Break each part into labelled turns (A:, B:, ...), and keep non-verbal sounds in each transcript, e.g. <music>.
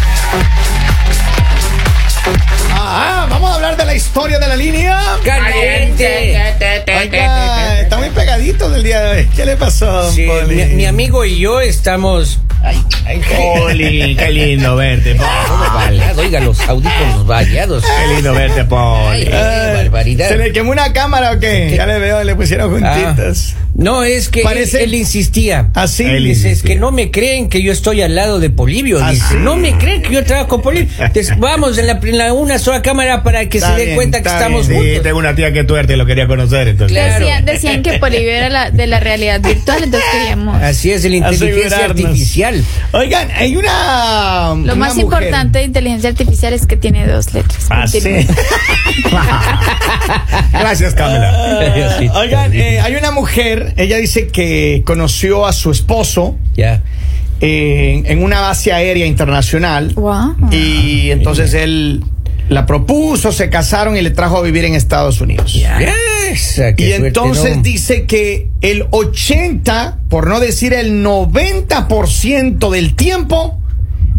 A: <laughs>
B: Oiga, está muy pegadito del día de hoy. ¿Qué le pasó,
A: Sí,
B: Poli?
A: mi, mi amigo y yo estamos. Ay, ay,
C: Poli,
B: <laughs>
C: qué lindo verte, Poli.
A: Balado, Ah, oiga, los
C: Ah.
A: audífonos vallados.
C: Qué lindo verte,
A: Ay,
C: Poli.
A: qué
B: Ay,
A: barbaridad.
B: ¿Se le quemó una cámara o qué? Ya le veo, le pusieron
A: Ah,
B: juntitas.
A: no, es que él-
B: Parece-
A: él, insistía.
B: Así.
C: Él
A: Dice, es
C: insistía.
A: que no me creen que yo estoy al lado de Polivio.
B: Ah,
A: Dice,
B: sí.
A: no me creen que yo trabajo con Polivio.
B: <laughs>
A: Entonces, vamos en la, en la una sola cámara para que
B: Está
A: se dé
B: bien,
A: cuenta que
B: está
A: estamos
B: bien.
C: Sí,
A: juntos.
C: tengo una tía que tuerte lo quería conocer, entonces.
A: Claro.
D: Decían, decían que Polivio era la- de la realidad virtual, entonces queríamos.
A: Así es, la inteligencia
B: Asegurarnos.
A: artificial.
B: Oigan, hay una. Ah,
D: Lo más importante de inteligencia artificial es que tiene dos letras.
B: Así.
D: Continúa.
C: Gracias,
A: <laughs>
C: Camila.
A: Sí.
B: Oigan, eh, hay una mujer, ella dice que conoció a su esposo
A: Ya.
B: en, en una base aérea internacional.
D: Wow.
A: Ah,
B: Y entonces él la propuso, se casaron y le trajo a vivir en Estados Unidos.
A: Esa, qué
B: Y
A: suerte,
B: entonces
A: ¿no?
B: dice que el 80, por no decir el 90% del tiempo,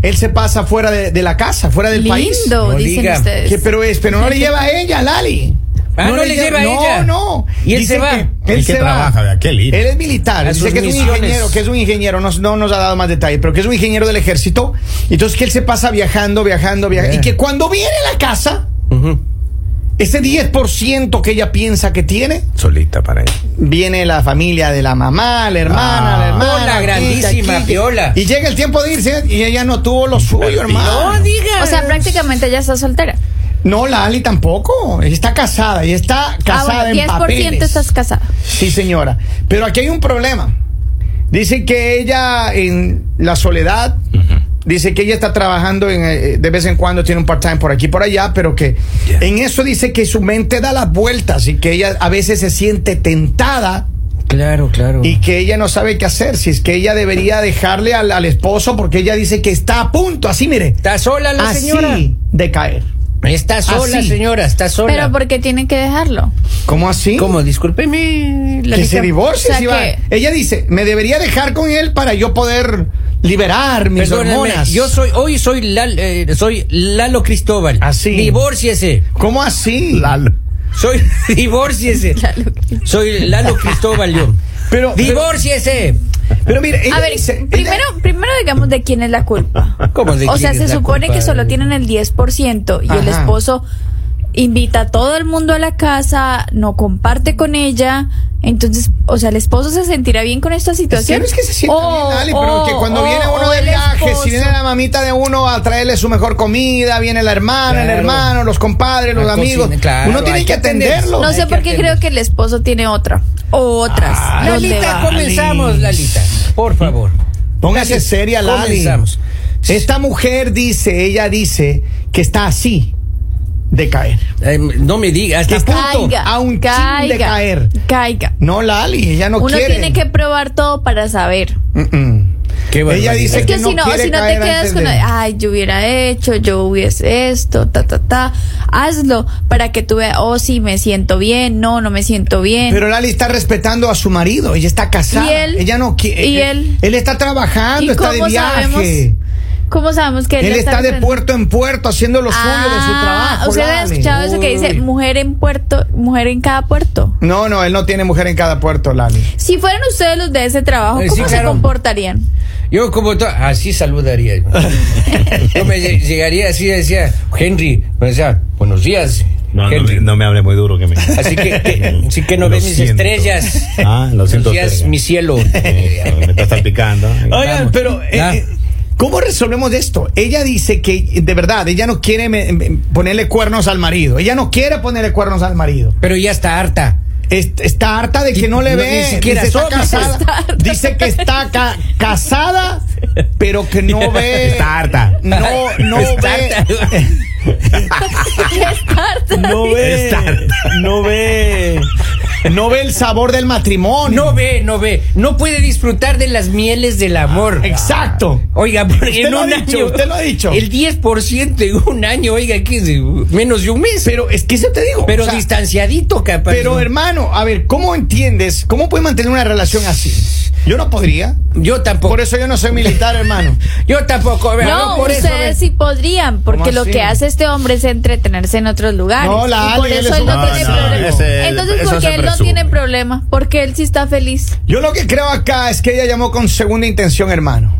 B: él se pasa fuera de, de la casa, fuera del país.
D: Lindo,
A: No
D: dicen
A: diga.
D: ustedes.
B: Que, pero es, pero no le lleva a ella, Lali.
A: Ah, no le lleva a ella.
B: No, no.
A: Y él
B: Dice
A: se va.
B: que
C: El
B: Él se
C: que
B: va.
C: trabaja, vea, qué lindo.
B: Él es militar,
A: A
B: dice
A: sus
B: que es un
A: misiones.
B: ingeniero, que es un ingeniero, no, no nos ha dado más detalles, pero que es un ingeniero del ejército. Entonces que él se pasa viajando, viajando, viajando.
A: Ya.
B: Y que cuando viene a la casa,
A: Ujú.
B: ese 10% que ella piensa que tiene,
C: Solita para ella.
B: viene la familia de la mamá, la hermana,
C: Ah.
B: la hermana.
A: Hola,
B: aquí,
A: grandísima
B: aquí.
A: piola.
B: Y llega el tiempo de irse y ella no tuvo lo suyo, hermano.
A: No digas.
D: O sea, prácticamente ella está soltera. Ah,
B: No, Lali tampoco. Ella está casada y está casada
D: ah, bueno,
B: en
D: 10%
B: papeles.
D: estás casada.
B: Sí, señora. Pero aquí hay un problema. Dice que ella en la soledad, dice que ella está trabajando en, eh, de vez en cuando, tiene un part-time por aquí y por allá, pero que
C: Ya.
B: en eso dice que su mente da las vueltas y que ella a veces se siente tentada
A: Claro, claro.
B: y que ella no sabe qué hacer, si es que ella debería dejarle al, al esposo porque ella dice que está a punto, así mire,
A: Está sola la
B: así
A: señora.
B: de caer. Ah,
A: Está sola,
B: Así.
A: señora, está sola.
D: Pero porque tiene que dejarlo.
B: ¿Cómo así?
A: ¿Cómo? Discúlpeme.
B: Que se divorcie,
D: O sea
B: si va.
D: que-
B: Ella dice, me debería dejar con él para yo poder liberar mis
A: Perdóname,
B: hormonas.
A: yo soy, hoy soy, Lal- eh, soy Lalo Cristóbal.
B: Así.
A: Divórciese.
B: ¿Cómo así?
A: Soy,
D: <laughs>
A: <laughs> divórciese. Soy Lalo Cristóbal, yo.
B: Pero, pero,
A: Divórciese.
B: pero mire, ella
D: A ver,
B: dice- ella-
D: primero, primero digamos de quién es la culpa.
A: ¿Cómo de
D: O
A: quién
D: sea,
A: es
D: se
A: la
D: supone
A: culpa?
D: que solo tienen el 10% y el
B: Ajá.
D: esposo invita a todo el mundo a la casa, no comparte con ella. Entonces, o sea, el esposo se sentirá bien con esta situación.
B: no es que se sienta
D: O-
B: bien, Ale, pero
D: o-
B: que cuando
D: o-
B: viene uno
D: o
B: de
D: el
B: viaje,
D: esposo-
B: si viene la mamita de uno a traerle su mejor comida, viene la hermana, el
A: Claro.
B: hermano, los compadres, los
A: La
B: amigos.
A: cocina, claro,
B: uno tiene
A: hay
B: que
A: que atender.
B: atenderlo.
D: No
A: Hay
D: sé
A: que
D: por qué
A: atender.
D: creo que el esposo tiene otra o otras.
B: Ay,
D: ¿Dónde
A: Lalita,
D: va?
A: comenzamos, Lalita. Por favor.
B: Póngase seria, Lali.
A: Comenzamos.
B: Esta mujer dice, ella dice que está así de caer.
A: Eh, no me digas, hasta punto.
D: Caiga,
B: a un chin de
D: caiga,
B: caer.
D: Caiga.
B: No, Lali, ella no
D: Uno
B: quiere.
D: tiene que probar todo para saber.
B: Mm-mm.
A: Qué
B: ella
A: barbaridad.
B: dice
D: Es
B: que,
D: que si no,
B: Este quiere
D: si no te
B: caer
D: quedas
B: antes
D: con,
B: de-
D: ay, yo hubiera hecho, yo hubiese esto, ta, ta, ta, hazlo para que tú veas, oh, sí, me siento bien, no, no me siento bien.
B: Pero Lali está respetando a su marido, ella está casada.
D: ¿Y él?
B: Ella no quiere.
D: ¿Y él?
B: Él está trabajando,
D: ¿Y
B: está de
D: cómo
B: viaje.
D: sabemos? ¿Cómo sabemos que
B: Él está de
D: tratando?
B: puerto en puerto haciendo lo suyo de su
D: Ah,
B: trabajo.
D: ¿Usted ha
B: Lali.
D: escuchado eso que
B: Uy.
D: dice mujer en puerto, mujer en cada puerto?
B: No, no, él no tiene mujer en cada puerto, Lali.
D: Si fueran ustedes los de ese trabajo,
A: Eh,
D: ¿cómo
A: sí,
D: se
A: claro.
D: comportarían?
A: Yo como to- así
B: <laughs>
A: saludaría. yo. Yo me lle- llegaría así y decía, Henry, me decía, buenos días.
C: No, no,
A: Henry.
C: me- no me hable muy duro que me.
A: Así que, que- así que no
C: Lo
A: ves mis
C: siento.
A: estrellas.
C: Ah, lo siento.
A: Buenos días,
C: Sergio.
A: mi cielo.
C: Eh, Me está salpicando.
B: Oigan,
A: Vamos.
B: pero eh,
A: Ya.
B: eh, ¿cómo resolvemos esto? Ella dice que eh, de verdad, ella no quiere me- me- ponerle cuernos al marido. Ella no quiere ponerle cuernos al marido.
A: Pero ya está harta.
B: Est- está harta de que no le
A: No,
B: ve.
A: ni siquiera
B: dice, está
A: asoma.
B: casada.
D: Está harta.
B: Dice que está ca- casada, pero que
A: <laughs>
B: no ve.
C: Está harta.
B: No, no
A: Está
B: ve.
A: harta.
B: No ve.
C: Está harta.
B: No ve. No ve el sabor del matrimonio.
A: No ve, no ve. No puede disfrutar de las mieles del amor.
B: Ah, Exacto.
A: Oiga, porque en
B: lo ha
A: un
B: dicho,
A: año.
B: usted lo ha dicho.
A: El 10% en un año, oiga, ¿qué es? Menos de un mes.
B: Pero es que eso te digo.
A: Pero
B: o sea,
A: distanciadito, capaz.
B: pero
A: ¿no?
B: hermano, a ver, ¿cómo entiendes? ¿Cómo puede mantener una relación así? Yo no podría.
A: Yo tampoco.
B: Por eso yo no soy militar, hermano.
A: <laughs> Yo tampoco. vea,
D: No,
A: yo por eso,
D: ustedes
A: ve-
D: sí podrían, porque
B: pues. ¿Cómo
D: lo
B: así?
D: que hace este hombre es entretenerse en otros lugares.
B: No, la
D: y por
B: Ale, él
D: eso
B: es
D: él no,
B: un-
D: tiene
B: No, no,
D: problema.
C: ese-
D: Entonces,
C: eso
D: ¿por
C: se
D: qué él no
C: presume.
D: tiene problema? Porque él sí está feliz.
B: Yo lo que creo acá es que ella llamó con segunda intención, hermano.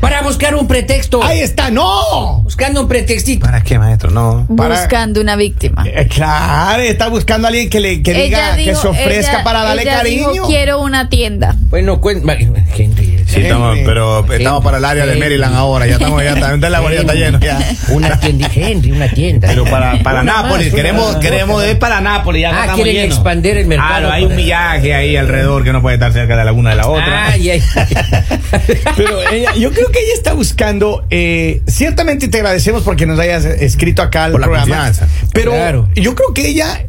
A: Para buscar un pretexto.
B: Ahí está, no.
A: Buscando un pretextito.
C: ¿Para qué, maestro? No.
B: Para-
D: Buscando una víctima.
B: Eh, Claro, está buscando a alguien que le que diga que
D: dijo-
B: se ofrezca
D: ella-
B: para darle
D: ella
B: cariño.
D: dijo, quiero una tienda.
A: Bueno, cuenta. Henry.
C: Sí, estamos,
B: Henry.
C: pero estamos para el área de
A: Henry.
C: Maryland ahora. Ya estamos, ya está. entonces la guardia está lleno. ya.
A: Una tienda, Henry, una tienda.
C: Pero para, para
A: Una
C: Nápoles,
A: más, una
C: queremos,
A: más.
C: queremos es para Nápoles. Ya no
A: Ah,
C: estamos
A: quieren
C: llenos.
A: expandir el mercado
C: Claro, hay
A: para-
C: un millaje ahí alrededor que no puede estar cerca de la una de la otra.
A: Ay,
C: <laughs>
A: ay.
D: <laughs>
B: Pero ella- yo creo que ella está buscando. eh, ciertamente te agradecemos porque nos hayas escrito acá al
C: Por la
B: programa.
C: confianza.
B: Pero
A: Claro.
B: yo creo que ella.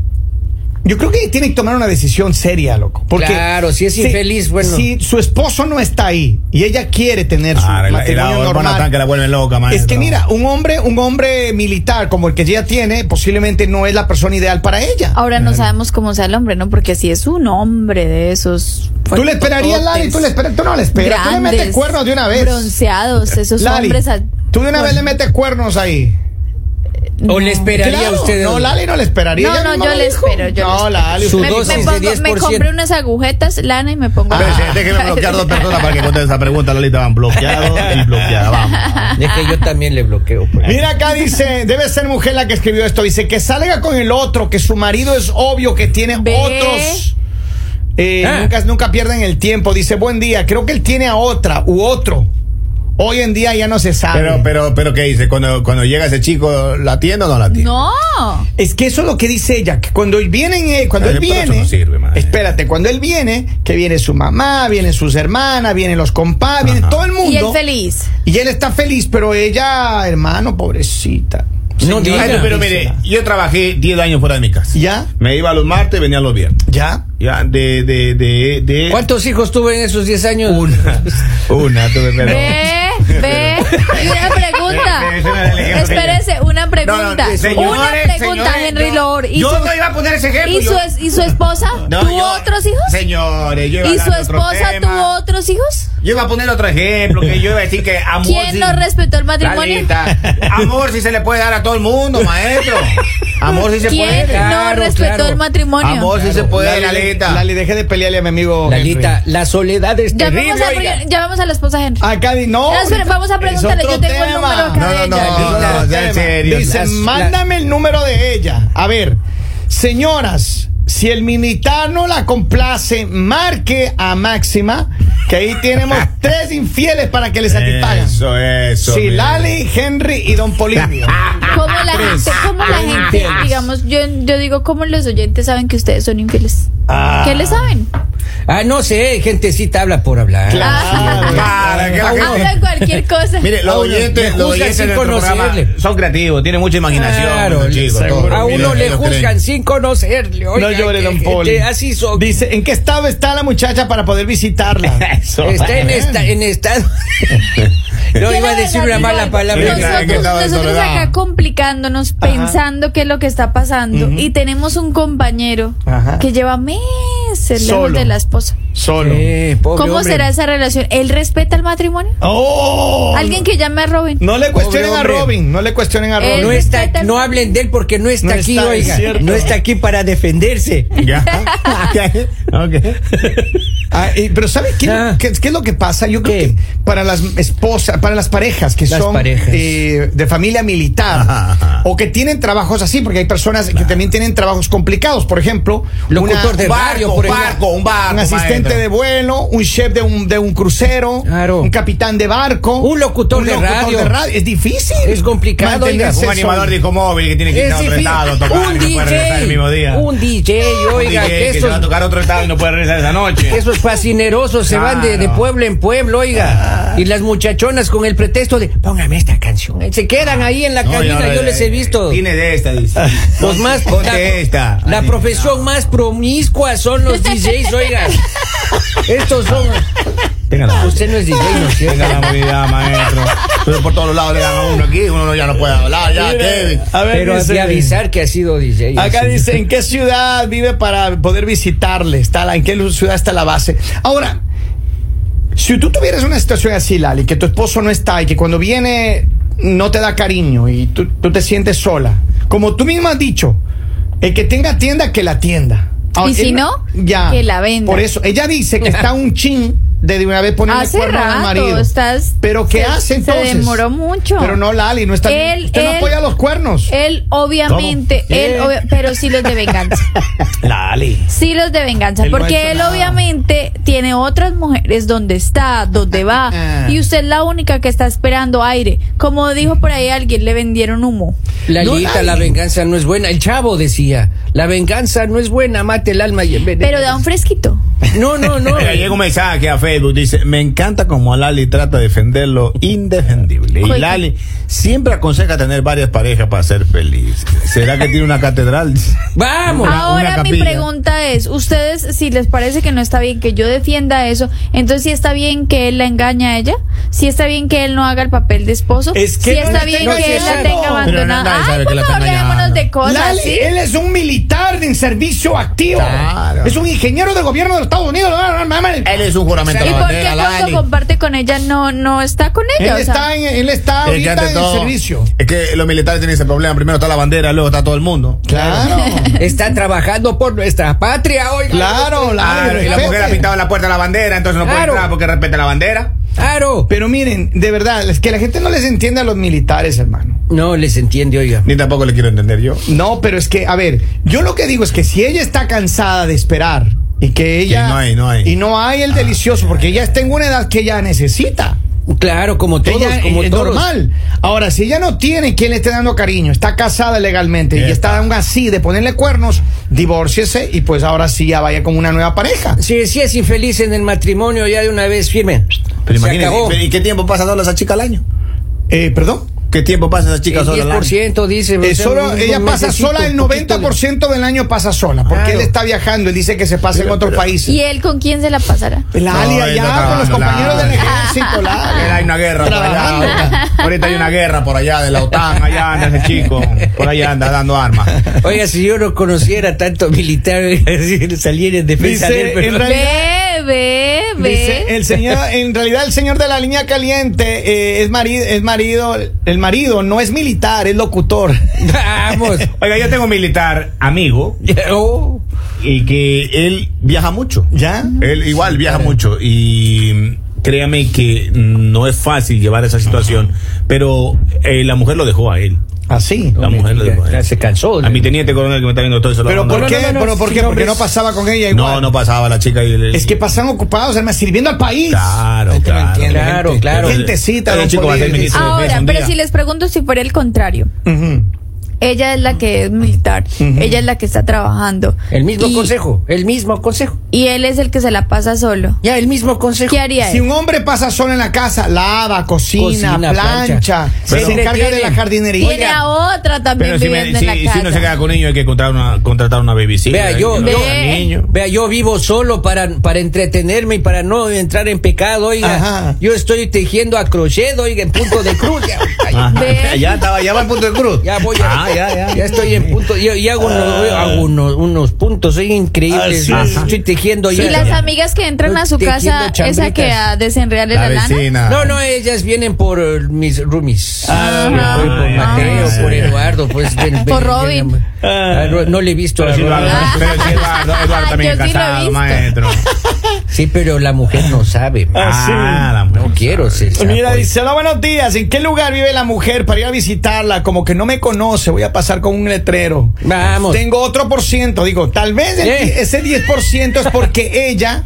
B: Yo creo que ella tiene que tomar una decisión seria, loco. Porque
A: Claro, si es infeliz, bueno.
B: Si su esposo no está ahí y ella quiere tener su
C: Ah, y la- y la
B: matrimonio
C: hormona
B: normal.
C: tan que la vuelven loca, maestro.
B: Es que mira, un hombre, un hombre militar como el que ella tiene, posiblemente no es la persona ideal para ella.
D: Ahora no sabemos cómo sea el hombre, ¿no? Porque si es un hombre de esos.
B: Tú le esperarías, Lari,
D: fuertototes,
B: tú le esperas, tú no le esperas, tú le
D: grandes,
B: metes cuernos de una vez.
D: Bronceados, esos
B: Lali,
D: hombres. a-
B: tú de una vez le
D: Bueno,
B: metes cuernos ahí.
A: ¿O le esperaría
B: Claro,
A: a usted?
B: No, Lali no le esperaría.
D: No,
B: ella
D: no,
B: misma
D: yo
B: lo
D: le
B: dijo.
D: espero, yo le
B: no,
D: espero.
B: Lali,
A: Su
B: usted-
D: me, me
A: dosis de
D: pongo- me
A: 10%.
D: compré unas agujetas, lana, y me pongo.
C: A ver,
D: <laughs>
C: sí, Déjeme bloquear dos personas para que contesten esa pregunta. Lolita van bloqueado
D: <laughs>
C: y bloqueada. Vamos.
A: Es que yo también le bloqueo. pues.
B: Mira acá dice, debe ser mujer la que escribió esto. Dice que salga con el otro, que su marido es obvio que tiene
D: Ve.
B: otros. Eh,
A: Ah.
B: nunca, nunca pierden el tiempo. Dice, buen día, creo que él tiene a otra u otro. Hoy en día ya no se
D: Ah.
B: sabe.
C: Pero, pero, pero, ¿qué dice? Cuando, cuando llega ese chico, ¿la atiende o no la atiende?
D: No.
B: Es que eso es lo que dice ella, que cuando vienen, eh, cuando
C: Ay,
B: él
C: pero eso
B: viene,
C: no sirve, madre.
B: espérate, cuando él viene, que viene su mamá, vienen sus hermanas, vienen los compás, viene
C: Ajá.
B: todo el mundo.
D: Y él feliz.
B: Y él está feliz, pero ella, hermano, pobrecita.
A: No
B: Señora,
A: diga.
C: Ay, pero mire, yo trabajé 10 años fuera de mi casa.
B: ¿Ya?
C: Me iba los martes y venía los viernes.
B: ¿Ya?
C: Ya, de, de, de, de.
A: ¿Cuántos hijos tuve en esos 10 años?
C: eh, Una. Una, tuve, pero.
D: Ve,
B: <laughs>
D: ve. Y una
C: Ve, ve, ese era el
D: pregunta.
C: ejemplo.
D: Espérese, una
C: No, no,
D: pregunta. Una
C: señores,
D: pregunta,
C: señores,
D: Henry
C: no.
D: Lord. ¿Y
C: Yo
D: su-
C: no iba a poner ese ejemplo.
D: ¿Y su,
C: yo-
D: es- y su esposa?
C: No,
D: ¿Tuvo
C: yo-
D: otros hijos?
C: Señores, yo iba a
D: ¿Y
C: hablar
D: su
C: de otro
D: esposa
C: tema.
D: tuvo otros hijos?
C: Yo iba a poner otro ejemplo, que yo iba a decir que amor.
D: ¿Quién
C: sí-
D: no respetó el matrimonio?
C: Lalita, amor si se le puede dar a todo el mundo, maestro. Amor si se
D: ¿Quién
C: puede.
D: no
A: Claro,
D: respetó
A: claro.
D: el matrimonio?
C: Amor si se puede, Lalita.
B: Lali, deje de pelearle a mi amigo.
A: <laughs> Lalita, la soledad es
D: ya,
A: terrible.
D: vamos a,
A: oiga.
D: ya vamos a la esposa de Henry.
C: Ah,
B: Henry. Acá di- no.
D: No, espera, vamos a
B: es
D: preguntarle,
B: otro
D: yo tengo el
B: tema.
D: número acá de
C: No, no, no,
D: ella.
C: no, no, ya en serio.
B: Dice,
A: Las-
B: mándame el número de ella. A ver, señoras, si el militar no la complace, marque a Máxima, que ahí
A: <laughs>
B: tenemos tres infieles para que le satisfagan.
C: Eso, eso.
B: Sí,
C: mire.
B: Lali, Henry y Don
A: <laughs>
B: Polibio.
C: Ah,
D: ¿Cómo la gente, cómo la gente, digamos, yo, yo digo, ¿cómo los oyentes saben que ustedes son infieles?
B: Ah.
D: ¿Qué le saben?
A: Ah, no sé, gentecita habla por hablar.
B: Claro.
C: Para que la gente-
D: Hablan cualquier cosa.
C: <laughs> Mire, los
A: Ah, bueno,
C: oyentes,
A: me
C: los
A: juzgan
C: oyentes
A: sin
C: de nuestro
A: conocerle.
C: programa son creativos, tienen mucha imaginación.
A: Claro,
C: los chicos,
B: seguro.
C: todos,
A: A
C: miren,
A: uno le
C: ellos creen.
A: juzgan sin conocerle. oiga,
B: no llore,
A: que-
B: Don Poli.
A: que Así son.
B: Dice, ¿en qué estado está la muchacha para poder
A: <laughs>
B: visitarla?
C: Eso.
A: Está
C: <laughs>
A: en, esta, en estado. <laughs> no
D: Yo
A: iba a
D: la
A: decir
D: verdad
A: una
D: digo
A: mala
D: algo.
A: palabra.
C: Venga, que
D: Nosotros,
C: estaba de
D: nosotros
C: soledad.
D: acá complicándonos, pensando qué es lo que está pasando. Y tenemos un compañero
B: Ajá.
D: que lleva meses lejos
B: Solo.
D: de la esposa.
B: Solo.
A: Eh, pobre
D: ¿Cómo
A: hombre.
D: será esa relación? ¿Él respeta el matrimonio?
B: ¡Oh!
D: Alguien que llame a Robin.
B: No le cuestionen a
A: hombre.
B: Robin, no le cuestionen a
D: Eh,
B: Robin.
A: No,
B: <laughs>
A: está,
D: respeta-
A: no hablen de él porque no está
B: No
A: aquí,
B: está, es
A: oiga.
B: cierto.
A: No está aquí para defenderse.
C: <laughs> Ya. Ok.
B: Ah, eh, pero ¿sabe qué,
A: Ah.
B: qué- qué es lo que pasa? Yo creo
A: ¿Qué?
B: que para las esposas, para las parejas que
A: Las
B: son
A: parejas.
B: eh, de familia militar
C: Ajá, ajá.
B: o que tienen trabajos así, porque hay personas que también tienen trabajos complicados, por ejemplo,
A: Locutor de
B: un
A: radio,
B: barco,
A: por ejemplo.
B: barco, un barco, un
C: maestro.
B: asistente de vuelo, un chef de un, de un crucero,
A: Claro.
B: un capitán de barco,
A: Un locutor de radio.
B: Es difícil,
A: Es complicado,
B: mantenerse
A: oiga.
C: Un animador
B: solo.
C: disco móvil que tiene que
A: Es
C: estar otro
A: difícil.
C: estado, tocar,
A: un
C: y no puede regresar el mismo
A: DJ.
C: día.
A: Un DJ, oiga,
C: Un DJ
A: que
C: que se va a
A: esos,
C: tocar otro estado y no puede regresar esa noche.
A: esos fascinerosos se van de, de
C: Claro.
A: pueblo en pueblo,
B: Ah.
A: oiga. Y las muchachonas con el pretexto de póngame esta canción. Eh, Se quedan ahí en la
C: No,
A: cabina,
C: no,
A: yo
C: no,
B: eh,
A: les he visto.
C: Tiene de esta, dice.
A: Los más
C: Ponte
A: la,
C: esta.
A: la
C: Así,
A: profesión
C: no.
A: más promiscua son los DJs, oiga. Estos son.
C: Tenga la-
A: Usted no es DJ, ¿no es cierto?
C: Tenga la movilidad, maestro. Entonces, por todos los lados le dan a uno aquí, uno ya no puede hablar, ya,
B: Mire,
C: Kevin.
B: a ver,
A: Pero
B: dice-
A: de avisar que ha sido DJ.
B: Acá
A: así.
B: dice, ¿en qué ciudad vive para poder visitarle? Está la, ¿En qué lu- ciudad está la base? Ahora, Si tú tuvieras una situación así, Lali, que tu esposo no está y que cuando viene no te da cariño y tú, tú te sientes sola, como tú misma has dicho, el que tenga tienda, que la tienda.
D: Y si no, que la venda.
B: Por eso, ella dice
D: <laughs>
B: que está un chin de de una vez poner el
D: Hace
B: cuerno al
D: rato,
B: marido.
D: estás-
B: Pero ¿qué
D: se-
B: hace
D: se
B: entonces?
D: demoró mucho.
B: Pero no, Lali, no está
D: Él-
B: Usted no
D: él-
B: apoya los cuernos.
D: Él obviamente,
B: ¿Cómo?
D: él
B: ¿Qué?
D: obvia- pero sí los de venganza.
A: <laughs>
B: Lali.
D: Sí los de venganza,
B: Él no ha hecho
D: porque él
B: nada.
D: obviamente tiene otras mujeres donde está, donde va,
B: Ah.
D: y usted es la única que está esperando aire. Como dijo por ahí alguien, le vendieron humo.
A: La
B: No,
A: lita,
B: nadie.
A: la venganza no es buena. El chavo decía, la venganza no es buena, mate el alma. y-
D: Pero da un fresquito.
A: No, no, no.
C: Oiga, llega un mensaje a Facebook, dice, me encanta como a Lali trata de defender lo indefendible. Y
D: Oiga.
C: Lali siempre aconseja tener varias parejas para ser feliz. ¿Será que tiene una catedral?
A: Vamos.
C: Ah. una
D: Ahora mi
C: capilla.
D: pregunta es, ustedes si les parece que no está bien que yo defienda eso, entonces si está bien que él la engañe a ella, si está bien que él no haga el papel de esposo,
B: Es que
D: si
B: no
D: está
B: le
D: bien
B: tengo
D: que él la
B: miedo.
D: tenga
B: Pero
D: abandonada.
C: nadie sabe
D: Ay,
C: que
D: por
C: la
D: favor,
C: está engañando.
D: hablémonos de cosas,
B: Lali,
D: ¿sí?
B: él es un militar en servicio activo.
C: Claro.
B: Es un ingeniero del gobierno de los Estados Unidos.
C: Él es un juramento a
D: ¿Y
C: la
D: por qué
C: bandera,
D: cuando
C: Lali.
D: comparte con ella no, no está con
B: Él
D: ella? O sea,
B: está, en, él está
C: Es que
B: ahorita
C: ante
B: en
C: todo,
B: servicio.
C: es que los militares tienen ese problema. Primero está la bandera, luego está todo el mundo.
B: Claro.
C: <laughs>
A: Está trabajando por nuestra patria, oiga.
B: Claro,
C: Ah,
B: Lali,
C: y la mujer
B: respete.
C: ha pintado la puerta de la bandera, entonces no puede
A: Claro.
C: entrar porque respeta la bandera.
A: Claro.
B: Pero miren, de verdad, es que la gente no les entiende a los militares, hermano.
A: No les entiende, oiga.
C: Ni tampoco le quiero entender yo.
B: No, pero es que, a ver, yo lo que digo es que si ella está cansada de esperar y que ella.
C: Y no hay, no hay. Ah,
B: Y no hay el delicioso, porque ella está en una edad que ella necesita.
A: Claro, como todos,
B: ella
A: como
B: es
A: todos.
B: normal. Ahora, si ella no tiene quien le esté dando cariño, está casada legalmente y
C: Epa.
B: está aún así de ponerle cuernos, divórciese y pues ahora sí ya vaya con una nueva pareja.
A: Si, si es infeliz en el matrimonio, ya de una vez firme.
C: Pero
A: Se
C: imagínense,
A: acabó.
C: ¿y
A: El
C: qué tiempo pasa sola esa chica al año?
B: Eh, perdón.
C: ¿Qué tiempo pasa esa chica sola al año?
A: 10% dice.
B: Eh,
A: o sea,
B: solo,
A: un-
B: ella
A: un
B: pasa
A: mesecito,
B: sola, el
A: un poquito de-
B: 90% del año pasa sola, porque
A: Claro.
B: él está viajando, él dice que se pasa en otros países.
D: ¿Y él con quién se la pasará?
B: La Ali
C: No,
B: allá
C: él no
B: con los
C: trabajando,
B: compañeros
C: la-
B: del ejército,
C: <laughs> Ahorita
B: la
C: hay una guerra pues, por allá.
B: Trabajando.
C: Ahorita, Ahorita hay una guerra por allá de la OTAN. Allá anda ese chico. Por allá anda dando armas.
A: Oiga, si yo no conociera tanto militar, <laughs> saliera en defensa
B: Dice,
A: de él. pero-
B: en realidad-
D: Ve, ve, ve.
B: Dice, el señor, en realidad el señor de la línea caliente eh, es, marido, es marido, el marido no es militar, es locutor.
A: <laughs> Vamos.
C: Oiga, yo tengo un militar amigo
A: Oh.
C: y que él viaja mucho.
B: ¿Ya?
C: Él igual viaja mucho y mm, créame que mm, no es fácil llevar esa situación, pero eh, la mujer lo dejó a él.
B: Así.
C: La mujer lo dejó a
A: Ya
C: él.
A: se cansó.
C: A mi teniente coronel que me está viendo todo eso. lo
B: Pero
C: mando
B: ¿por
C: a-
B: qué?
A: no, no,
B: ¿Pero por
A: sí,
B: qué? Porque
A: hombres.
B: no pasaba con ella igual.
C: No, no pasaba la chica y el-
B: Es que pasan ocupados, además, sirviendo al país.
C: Claro,
B: Es que no
C: claro.
B: entiendo,
A: Claro,
B: gente.
A: claro.
B: Gentecita,
C: Pero el
B: don
C: chico va a ser
B: Polibio.
C: ministro. de defensa
D: Ahora,
C: un
D: pero
C: día. Mm.
D: si les pregunto si fuera el contrario.
B: Ujú.
D: Ella es la que es militar, ella es la que está trabajando.
A: El mismo
D: y,
A: consejo, el mismo consejo.
D: Y él es el que se la pasa solo.
A: Ya, el mismo consejo.
D: ¿Qué haría
B: Si
D: él?
B: un hombre pasa solo en la casa, lava, cocina,
A: Cocina,
B: plancha,
A: plancha.
B: se,
A: Pero-
B: encarga de la jardinería.
D: Tiene a otra también
C: Pero si, me-
D: viviendo
C: si-
D: en la
C: si
D: casa.
C: no se queda con niño hay que contratar una, contratar una babysitter.
A: Vea,
C: hay que
A: yo-
C: contratar
D: yo-
C: un niño.
A: Vea, yo vivo solo para, para entretenerme y para no entrar en pecado, oiga.
B: Ajá.
A: Yo estoy tejiendo a crochet, oiga, en punto de cruz. Ya,
C: Ah,
D: Ve.
C: <laughs> ya estaba, ya va el punto de cruz.
A: ya voy a,
C: Ah, ya, ya.
A: estoy en punto. Yo, y hago, unos, hago unos, unos puntos, soy increíble.
C: Ah, sí. Ajá.
A: Estoy tejiendo ya.
D: y las amigas que entran a su
A: Tejiendo
D: casa, esa
A: chambritas.
D: que a desenrearle la,
C: La
D: lana.
C: vecina.
A: No, no, ellas vienen por eh, mis roomies.
B: Ah,
A: Yo
B: ah,
A: voy por
C: ah,
A: Mateo,
C: ah,
A: por
C: ah,
A: Eduardo, pues. ven, ven,
D: Por
A: ven,
D: Robin.
A: ven, ven. Ah, no, no le he visto a
C: Pero si Eduardo,
A: Robin.
C: pero si Eduardo, Eduardo también es
D: Yo sí lo he
C: casado,
D: visto.
C: <laughs> maestro.
A: Sí, pero la mujer no sabe.
B: Ah, sí.
C: la mujer.
A: No quiero ser. sapo.
B: Pues Mira, dice, hola, buenos días. ¿En qué lugar vive la mujer para ir a visitarla? Como que no me conoce, voy a pasar con un letrero.
A: Vamos.
B: Tengo otro por ciento. Digo, tal vez el-
A: Eh.
B: ese 10% es
A: <laughs>
B: porque ella,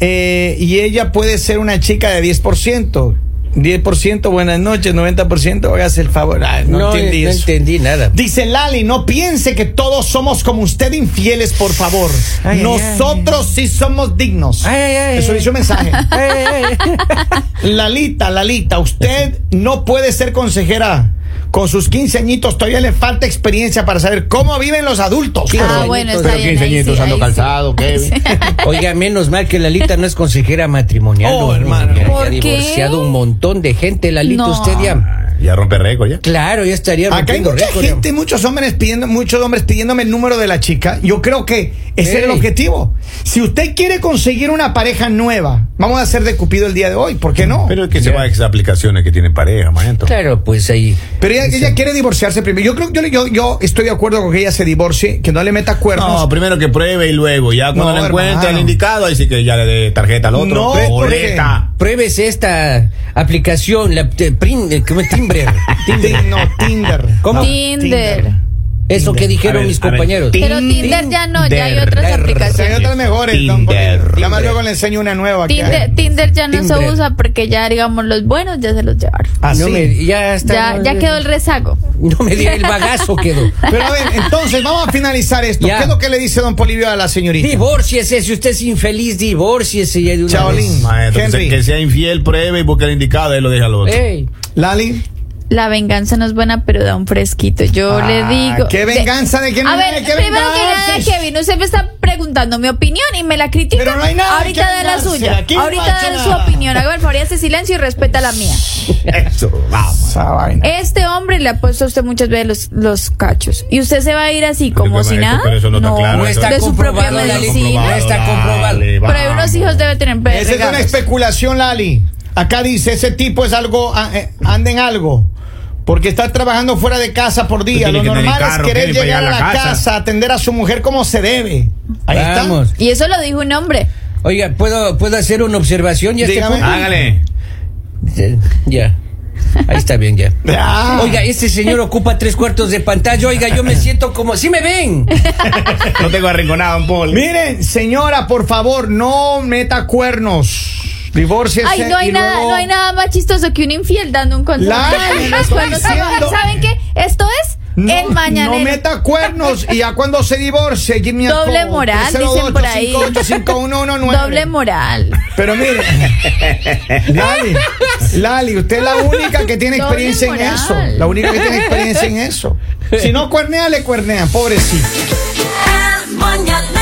B: eh, y ella puede ser una chica de 10%. 10%, buenas noches, 90%, hágase el favor. Ay, no,
A: No,
B: entendí
A: eh, no
B: eso.
A: entendí nada.
B: Dice Lali, no piense que todos somos como usted infieles, por favor.
A: Ay, ay,
B: Nosotros sí somos dignos.
A: Ay, ay, ay,
B: Eso
A: ay.
B: dice un
A: <laughs>
B: mensaje.
A: Ey, ey, ey.
B: Lalita, Lalita, usted no puede ser consejera. Con sus 15 añitos todavía le falta experiencia para saber cómo viven los
A: <laughs>
B: adultos.
D: Ah,
A: Pero-
D: bueno,
A: pero
D: está bien. ahí sí, ahí sí. <laughs>
C: Kevin.
A: Oiga, menos mal que Lalita no es consejera matrimonial.
B: Oh,
A: hombre.
B: hermano.
A: Ya
D: ¿Por
A: ha
D: qué?
A: divorciado un montón de gente, Lalita.
D: No.
A: Usted ya.
C: Ya rompe récord, ya.
A: Claro, ya estaría
B: Acá hay
A: rompiendo
B: mucha
A: récord, ya.
B: gente, muchos hombres pidiendo, muchos hombres pidiéndome el número de la chica. Yo creo que Ese es el
A: Ey.
B: objetivo. Si usted quiere conseguir una pareja nueva, vamos a hacer de Cupido el día de hoy, ¿por qué no?
C: Pero es que se
A: Ya.
C: va a esas aplicaciones que tienen pareja, maestro.
A: Claro, pues ahí.
B: Pero ella, ella quiere divorciarse primero. Yo creo yo, yo, yo estoy de acuerdo con que ella se divorcie, que no le meta cuernos.
C: No, primero que pruebe y luego, ya cuando
B: No,
C: le encuentra el
B: hermano.
C: indicado, ahí sí que ya le dé tarjeta al otro.
B: No,
C: Pre-
B: porque-
C: boleta.
A: Pruebes esta aplicación, la te- prin- eh, ¿cómo es? Timbre.
D: <laughs>
B: Tin- no, Tinder.
A: ¿Cómo?
D: Tinder.
A: Eso que dijeron
C: A ver,
A: mis
C: a ver,
A: compañeros.
C: Tin-
D: Pero Tinder ya no, ya hay
C: Tinder.
D: otras
B: Hay
D: aplicaciones.
B: otras mejores. don
C: Tinder.
B: Polito. Ya más
A: Tinder.
B: luego le enseño una nueva. que hay.
D: Tinder, Tinder ya no se
A: Tinder.
D: usa porque ya, digamos, los buenos ya se los llevaron.
B: Así.
A: No me- ya, está,
D: Ya, ya quedó el rezago.
A: No me diga, el
D: <laughs>
A: bagazo quedó.
B: Pero a ver, entonces vamos a finalizar esto.
A: Ya.
B: ¿Qué es lo que le dice don Polivio a la señorita?
A: Divórciese, si usted es infeliz, divórciese ya de una
B: Chaolín.
A: vez.
C: Maestro, que, se-
B: Henry.
C: que sea infiel, pruebe y busque el indicado, ahí lo deja al otro.
A: Ey,
B: Lali.
D: La venganza no es buena, pero da un fresquito. Yo
B: Ah,
D: le digo.
B: ¿qué venganza? ¿De quién
D: A
B: viene?
D: ver,
B: ¿Qué
D: primero que
B: venganzas?
D: nada, Kevin, usted me está preguntando mi opinión y me la critica.
B: Pero no hay nada de
D: Ahorita
B: qué
D: de la
B: vengarse.
D: suya.
B: Aquí no ha
D: Ahorita
B: hecho
D: de su
B: nada.
D: opinión. Haga el favor y hace silencio y respeta la mía.
C: Eso, vamos.
B: Esa vaina.
D: Este hombre le ha puesto a usted muchas veces los, los cachos. Y usted se va a ir así como
C: Pero,
D: si
C: maestro,
D: nada.
C: pero eso no está claro,
A: no
C: eso-
A: está
D: de su propia
A: comprobado, la
D: medicina.
A: no está comprobado.
C: Dale,
D: Pero hay unos
C: vamos.
D: hijos debe tener pero
B: Esa es una
D: regalos.
B: especulación, Lali. Acá dice, ese tipo es algo, a- eh, anda en algo. Porque está trabajando fuera de casa por día.
C: Tú
B: Lo
C: tienes que tener
B: normal es
C: carro,
B: querer
C: Kevin, para
B: llegar a la casa.
C: casa,
B: atender a su mujer como se debe. Ahí
A: Vamos.
B: está.
D: Y eso lo dijo un hombre.
A: Oiga, ¿puedo, ¿puedo hacer una observación? Ya
B: Dígame.
A: <laughs>
C: Hágale.
A: Ya. Ahí está bien, ya.
B: Ah.
A: Oiga, este señor ocupa tres cuartos de pantalla. Oiga, yo me siento como. ¡Sí me ven!
C: No tengo arrinconado, un Paul.
B: Miren, señora, por favor, no meta cuernos. Divórciese.
D: Ay, no hay
B: y
D: nada,
B: luego-
D: no hay nada más chistoso que un infiel dando un consejo.
B: Lali, no estoy
D: Cuando saben-
B: diciendo-
D: ¿Saben qué? Esto es
B: No,
D: el mañanero.
B: No meta cuernos y ya cuando se divorcie, Jimmy
D: Doble moral, dicen por ahí. Doble
B: Doble moral.
D: moral.
B: Pero mire, Lali, Lali, usted es la única que tiene
D: Doble
B: experiencia en
D: moral.
B: eso. La única que tiene experiencia en eso. Si no cuernea, le cuernean, pobrecito.
E: El mañanero